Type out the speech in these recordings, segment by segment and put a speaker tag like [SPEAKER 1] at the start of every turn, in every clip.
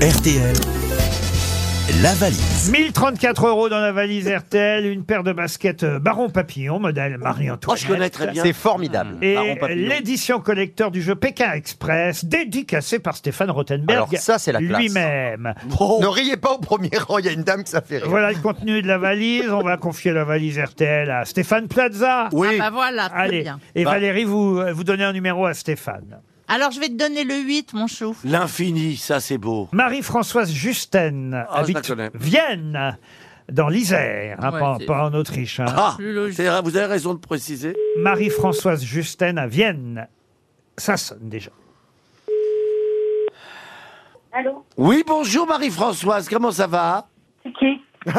[SPEAKER 1] RTL, la valise.
[SPEAKER 2] 1034 euros dans la valise RTL, une paire de baskets euh, Baron Papillon, modèle
[SPEAKER 3] Oh,
[SPEAKER 2] Marie-Antoinette.
[SPEAKER 3] je connais très bien.
[SPEAKER 4] C'est formidable.
[SPEAKER 2] Et
[SPEAKER 3] Baron Papillon.
[SPEAKER 2] l'édition collecteur du jeu Pékin Express, dédicacée par Stéphane Rothenberg
[SPEAKER 4] Alors ça, c'est la classe.
[SPEAKER 2] lui-même.
[SPEAKER 4] Ne riez pas au premier rang, il y a une dame que ça fait rire.
[SPEAKER 2] Voilà le contenu de la valise. On va confier la valise RTL à Stéphane Plaza.
[SPEAKER 5] Ah bah voilà, très
[SPEAKER 2] Allez,
[SPEAKER 5] bien.
[SPEAKER 2] et
[SPEAKER 3] Bah.
[SPEAKER 2] Valérie, vous, euh, vous donnez un numéro à Stéphane.
[SPEAKER 5] Alors je vais te donner le 8, mon chou.
[SPEAKER 3] L'infini, ça c'est beau.
[SPEAKER 2] Marie-Françoise Justen
[SPEAKER 3] Ah, je la
[SPEAKER 2] habite
[SPEAKER 3] connais.
[SPEAKER 2] Vienne, dans l'Isère, hein,
[SPEAKER 5] Ouais,
[SPEAKER 2] pas,
[SPEAKER 5] c'est-
[SPEAKER 2] pas en Autriche. hein.
[SPEAKER 3] Ah,
[SPEAKER 5] Plus logique.
[SPEAKER 3] c'est vrai, vous avez raison de préciser.
[SPEAKER 2] Marie-Françoise Justen à Vienne. Ça sonne déjà.
[SPEAKER 6] Allô
[SPEAKER 3] Oui, bonjour Marie-Françoise, comment ça va
[SPEAKER 6] C'est qui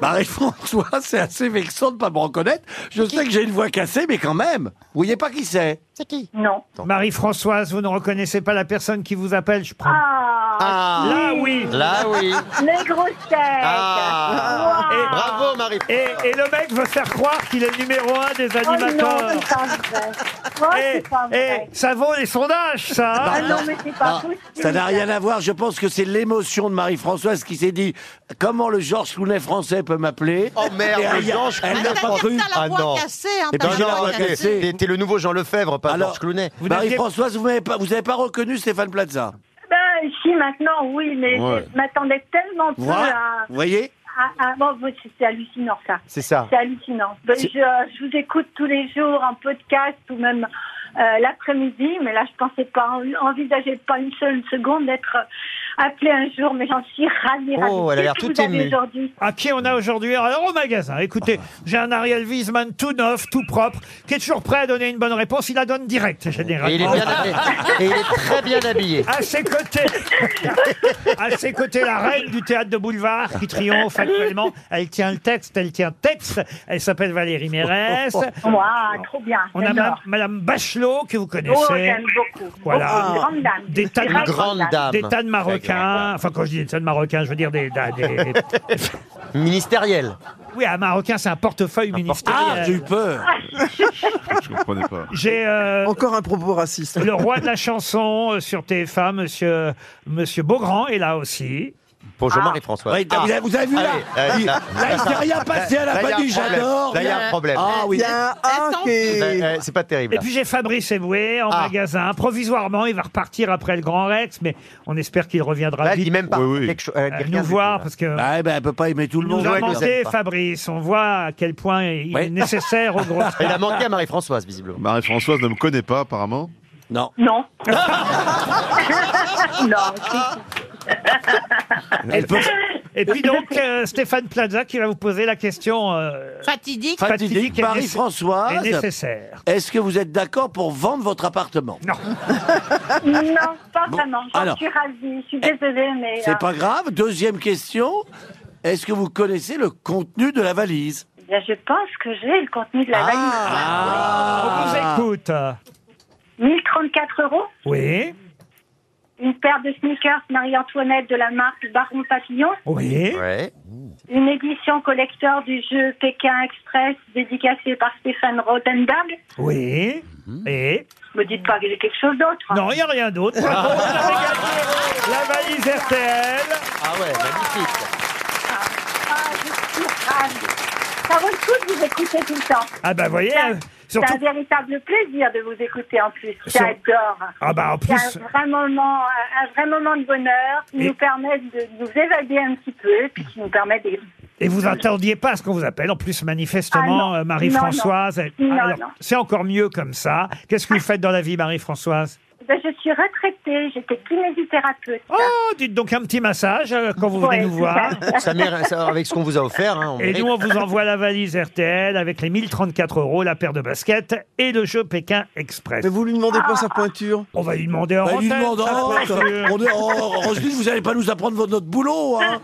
[SPEAKER 3] Marie-Françoise, c'est assez vexant de pas me reconnaître. Je sais que j'ai une voix cassée, mais quand même. Vous voyez pas qui c'est
[SPEAKER 6] Non.
[SPEAKER 2] Marie-Françoise, vous ne reconnaissez pas la personne qui vous appelle, je prends.
[SPEAKER 6] Ah,
[SPEAKER 4] Ah,
[SPEAKER 2] Là, oui
[SPEAKER 4] là oui.
[SPEAKER 6] les grosses têtes
[SPEAKER 4] Ah.
[SPEAKER 6] Wow.
[SPEAKER 2] Et-
[SPEAKER 4] Bravo Marie.
[SPEAKER 2] et, et le mec veut faire croire qu'il est numéro un des
[SPEAKER 6] Oh non,
[SPEAKER 2] animateurs.
[SPEAKER 6] c'est pas vrai. Oh,
[SPEAKER 2] Eh,
[SPEAKER 6] c'est pas vrai.
[SPEAKER 2] eh, ça vaut les sondages, ça hein
[SPEAKER 6] Ah non, mais c'est
[SPEAKER 3] Ah,
[SPEAKER 6] pas possible.
[SPEAKER 3] ça n'a rien à voir, je pense que c'est l'émotion de Marie-Françoise qui s'est dit comment le Georges Clooney français peut m'appeler.
[SPEAKER 4] Oh merde,
[SPEAKER 3] Et
[SPEAKER 4] le
[SPEAKER 3] elle y a-
[SPEAKER 4] Georges
[SPEAKER 3] elle
[SPEAKER 5] Ah,
[SPEAKER 4] Clooney
[SPEAKER 3] n'a
[SPEAKER 5] t'as
[SPEAKER 3] pas
[SPEAKER 5] qu'à-
[SPEAKER 4] cru.
[SPEAKER 5] t'as la
[SPEAKER 4] Ah,
[SPEAKER 5] voix
[SPEAKER 4] non.
[SPEAKER 5] cassée, hein,
[SPEAKER 4] Eh
[SPEAKER 5] t'as
[SPEAKER 4] ben,
[SPEAKER 5] la
[SPEAKER 4] j'ai la
[SPEAKER 5] voix
[SPEAKER 4] voix
[SPEAKER 5] cassée.
[SPEAKER 4] cassée. T'es- T'es le nouveau Jean Lefebvre, pas
[SPEAKER 3] Alors-
[SPEAKER 4] Georges Clooney.
[SPEAKER 2] Vous n'aviez-
[SPEAKER 3] Marie-Françoise, vous n'avez pas, vous n'avez pas reconnu Stéphane Plaza.
[SPEAKER 6] Ben, si, maintenant, oui, mais
[SPEAKER 3] Ouais.
[SPEAKER 6] je m'attendais tellement peu à...
[SPEAKER 3] Vous voyez
[SPEAKER 6] à- à- bon, bon, c'est- c'est hallucinant, ça.
[SPEAKER 4] C'est ça.
[SPEAKER 6] C'est hallucinant. Ben, je,
[SPEAKER 3] C'est-
[SPEAKER 6] je vous écoute tous les jours en podcast ou même euh, l'après-midi, mais là, je pensais pas, en- envisageais pas une seule seconde d'être euh, appelée un jour, mais j'en suis ravie. ravie.
[SPEAKER 4] Oh, elle a l'air
[SPEAKER 6] Qu'est-ce que
[SPEAKER 4] toute
[SPEAKER 6] vous avez
[SPEAKER 4] émue.
[SPEAKER 6] aujourd'hui
[SPEAKER 2] À qui on a aujourd'hui Alors au magasin,
[SPEAKER 6] Ah.
[SPEAKER 2] écoutez, j'ai un Ariel Wiesman tout neuf, tout propre, qui est toujours prêt à donner une bonne réponse. Il la donne direct,
[SPEAKER 4] Et il est
[SPEAKER 2] généralement.
[SPEAKER 4] bien habillé. Et il est très bien habillé.
[SPEAKER 2] À ses côtés, à ses côtés, la reine du théâtre de boulevard qui triomphe actuellement. Elle tient le texte, elle tient texte. Elle s'appelle Valérie Mérès.
[SPEAKER 6] Waouh, trop bien.
[SPEAKER 2] On a
[SPEAKER 6] j'adore.
[SPEAKER 2] ma- Madame Bachelot que vous
[SPEAKER 6] Oh,
[SPEAKER 2] connaissez.
[SPEAKER 6] j'aime beaucoup.
[SPEAKER 2] Voilà.
[SPEAKER 6] Beaucoup, Une grande dame.
[SPEAKER 2] Des tas de-
[SPEAKER 6] C'est vrai,
[SPEAKER 4] Une grande dame.
[SPEAKER 2] Des tas de Marocains, enfin quand je dis des tas de Marocains, je veux dire des... des- des-
[SPEAKER 4] Ministériel.
[SPEAKER 2] Oui, un Marocain, c'est un portefeuille
[SPEAKER 3] Ah, j'ai eu
[SPEAKER 4] euh,
[SPEAKER 2] ministériel.
[SPEAKER 3] peur.
[SPEAKER 2] J'ai euh,
[SPEAKER 7] Encore un propos raciste.
[SPEAKER 2] le roi de la chanson euh, sur TF1, monsieur, monsieur Beaugrand est là aussi.
[SPEAKER 4] Bonjour Marie-Françoise.
[SPEAKER 3] Ouais, t'as- vous, avez, vous avez vu là
[SPEAKER 4] Allez, euh,
[SPEAKER 3] Il-
[SPEAKER 4] là,
[SPEAKER 3] Là, il s'est rien passé à la
[SPEAKER 4] Ah. Là, il y
[SPEAKER 3] famille,
[SPEAKER 4] a un problème.
[SPEAKER 3] j'adore.
[SPEAKER 4] Là, il y a un problème.
[SPEAKER 3] Ah
[SPEAKER 7] Il
[SPEAKER 3] oui.
[SPEAKER 7] y a un A
[SPEAKER 5] Attends.
[SPEAKER 7] qui est-
[SPEAKER 4] Euh, euh, C'est pas terrible.
[SPEAKER 2] Et
[SPEAKER 4] là.
[SPEAKER 2] puis j'ai Fabrice Eboué en
[SPEAKER 4] Ah.
[SPEAKER 2] magasin. Provisoirement, il va repartir après le Grand Rex, mais on espère qu'il reviendra
[SPEAKER 4] Là, elle dit
[SPEAKER 2] vite
[SPEAKER 4] même pas.
[SPEAKER 8] Oui, oui.
[SPEAKER 4] Quelque chose- elle dit
[SPEAKER 2] euh,
[SPEAKER 4] rien
[SPEAKER 2] nous
[SPEAKER 4] du
[SPEAKER 2] voir,
[SPEAKER 4] tout, là.
[SPEAKER 2] parce que...
[SPEAKER 3] Bah, eh ben, elle peut pas aimer tout le
[SPEAKER 2] il nous
[SPEAKER 3] monde.
[SPEAKER 2] a
[SPEAKER 4] ouais, nous
[SPEAKER 2] manqué,
[SPEAKER 4] aime pas.
[SPEAKER 2] Fabrice. On voit à quel point il est
[SPEAKER 3] Ouais.
[SPEAKER 2] nécessaire au gros.
[SPEAKER 4] Il a manqué à Marie-Françoise, visiblement.
[SPEAKER 8] Marie-Françoise ne me connaît pas, apparemment.
[SPEAKER 3] Non.
[SPEAKER 6] Non. non.
[SPEAKER 3] Elle peut.
[SPEAKER 2] Et puis donc, euh, Stéphane Plaza qui va vous poser la question euh,
[SPEAKER 5] Fatidique.
[SPEAKER 2] fatidique
[SPEAKER 3] Fatidique,
[SPEAKER 2] et est
[SPEAKER 3] Marie-Françoise,
[SPEAKER 2] nécessaire.
[SPEAKER 3] est-ce que vous êtes d'accord pour vendre votre appartement
[SPEAKER 2] Non.
[SPEAKER 6] Non, pas vraiment. J'en
[SPEAKER 3] alors. Eh,
[SPEAKER 6] suis ravie. Je suis désolée, mais. euh,
[SPEAKER 3] C'est pas grave. Deuxième question. Est-ce que vous connaissez le contenu de la valise
[SPEAKER 6] eh bien, je pense que j'ai le
[SPEAKER 3] Ah.
[SPEAKER 6] contenu de la valise.
[SPEAKER 2] On vous écoute.
[SPEAKER 6] 1034 euros.
[SPEAKER 2] Oui.
[SPEAKER 6] Une paire de sneakers Marie-Antoinette de la marque Baron Papillon.
[SPEAKER 2] Oui.
[SPEAKER 4] Ouais.
[SPEAKER 6] Une édition collector du jeu Pékin Express dédicacée par Stéphane Rotenberg.
[SPEAKER 2] Oui. Et
[SPEAKER 6] Me dites pas que j'ai quelque chose d'autre. hein.
[SPEAKER 2] non, il n'y a rien d'autre. Bravo, vous avez gagné la valise RTL.
[SPEAKER 4] Ah ouais, magnifique.
[SPEAKER 6] Ah, je suis ravie. Ça vaut le coup de vous écouter tout le temps.
[SPEAKER 2] Ah bah voyez,
[SPEAKER 6] Ça-
[SPEAKER 2] euh,
[SPEAKER 6] C'est un
[SPEAKER 2] surtout.
[SPEAKER 6] véritable plaisir de vous écouter en plus.
[SPEAKER 2] Sur-
[SPEAKER 6] J'adore.
[SPEAKER 2] Ah bah en
[SPEAKER 6] C'est
[SPEAKER 2] plus.
[SPEAKER 6] un vrai moment, un vrai moment de bonheur qui
[SPEAKER 2] Et-
[SPEAKER 6] nous permet de nous évader un petit peu et puis qui nous permet de...
[SPEAKER 2] Et vous attendiez pas à ce qu'on vous appelle. En plus, manifestement,
[SPEAKER 6] Ah non.
[SPEAKER 2] euh, Marie-Françoise. elle-
[SPEAKER 6] Non,
[SPEAKER 2] alors,
[SPEAKER 6] non.
[SPEAKER 2] c'est encore mieux comme ça. Qu'est-ce que vous faites dans la vie, Marie-Françoise
[SPEAKER 6] Ben, je suis retraitée, j'étais kinésithérapeute.
[SPEAKER 2] Oh, dites donc un petit massage euh, quand vous venez
[SPEAKER 6] Ouais,
[SPEAKER 2] nous
[SPEAKER 6] c'est
[SPEAKER 2] voir.
[SPEAKER 6] ça.
[SPEAKER 4] Ça mérite- ça- avec ce qu'on vous a offert, hein, on
[SPEAKER 2] Et
[SPEAKER 4] mérite.
[SPEAKER 2] nous, on vous envoie la valise RTL avec les 1034 euros, la paire de baskets et le jeu Pékin Express.
[SPEAKER 7] Mais vous lui demandez pas sa pointure
[SPEAKER 2] On va lui demander en
[SPEAKER 3] Bah, lui
[SPEAKER 2] antenne,
[SPEAKER 3] demande,
[SPEAKER 2] ça,
[SPEAKER 3] oh,
[SPEAKER 2] bien
[SPEAKER 3] ça-
[SPEAKER 2] sûr.
[SPEAKER 3] on est- oh, Roselyne, vous n'allez pas nous apprendre votre- notre boulot, hein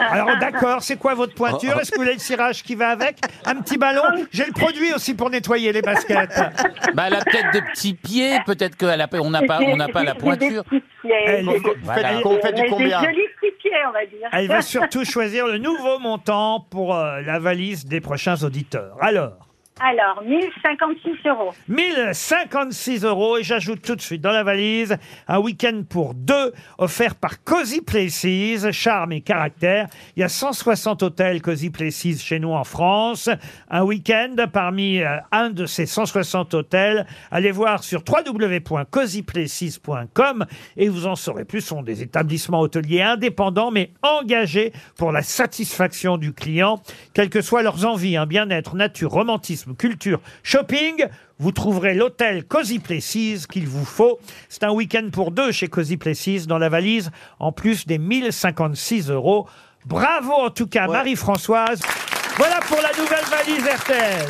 [SPEAKER 2] Alors d'accord, c'est quoi votre pointure Est-ce que vous voulez le cirage qui va avec Un petit ballon J'ai le produit aussi pour nettoyer les baskets.
[SPEAKER 9] Bah, elle a peut-être des petits pieds, peut-être qu'on n'a pas, on n'a pas la pointure.
[SPEAKER 6] J'ai des petits pieds.
[SPEAKER 2] Elle-
[SPEAKER 6] J'ai des-
[SPEAKER 4] Vous
[SPEAKER 9] Voilà.
[SPEAKER 4] faites, on fait du
[SPEAKER 6] j'ai des
[SPEAKER 4] combien
[SPEAKER 6] jolis petits pieds, on va dire.
[SPEAKER 2] Elle va surtout choisir le nouveau montant pour euh, la valise des prochains auditeurs. Alors,
[SPEAKER 6] Alors, 1056 euros.
[SPEAKER 2] 1056 euros et j'ajoute tout de suite dans la valise un week-end pour deux offert par Cozy Places, charme et caractère. Il y a 160 hôtels Cozy Places chez nous en France. Un week-end parmi euh, un de ces 160 hôtels. Allez voir sur www.cozyplaces.com et vous en saurez plus. Ce sont des établissements hôteliers indépendants mais engagés pour la satisfaction du client, quelles que soient leurs envies, hein, bien-être, nature, romantisme, culture, shopping vous trouverez l'hôtel Cozy Places qu'il vous faut. C'est un week-end pour deux chez Cozy Places dans la valise, en plus des 1056 euros. Bravo en tout cas, Marie-Françoise. Voilà pour la nouvelle valise RTL.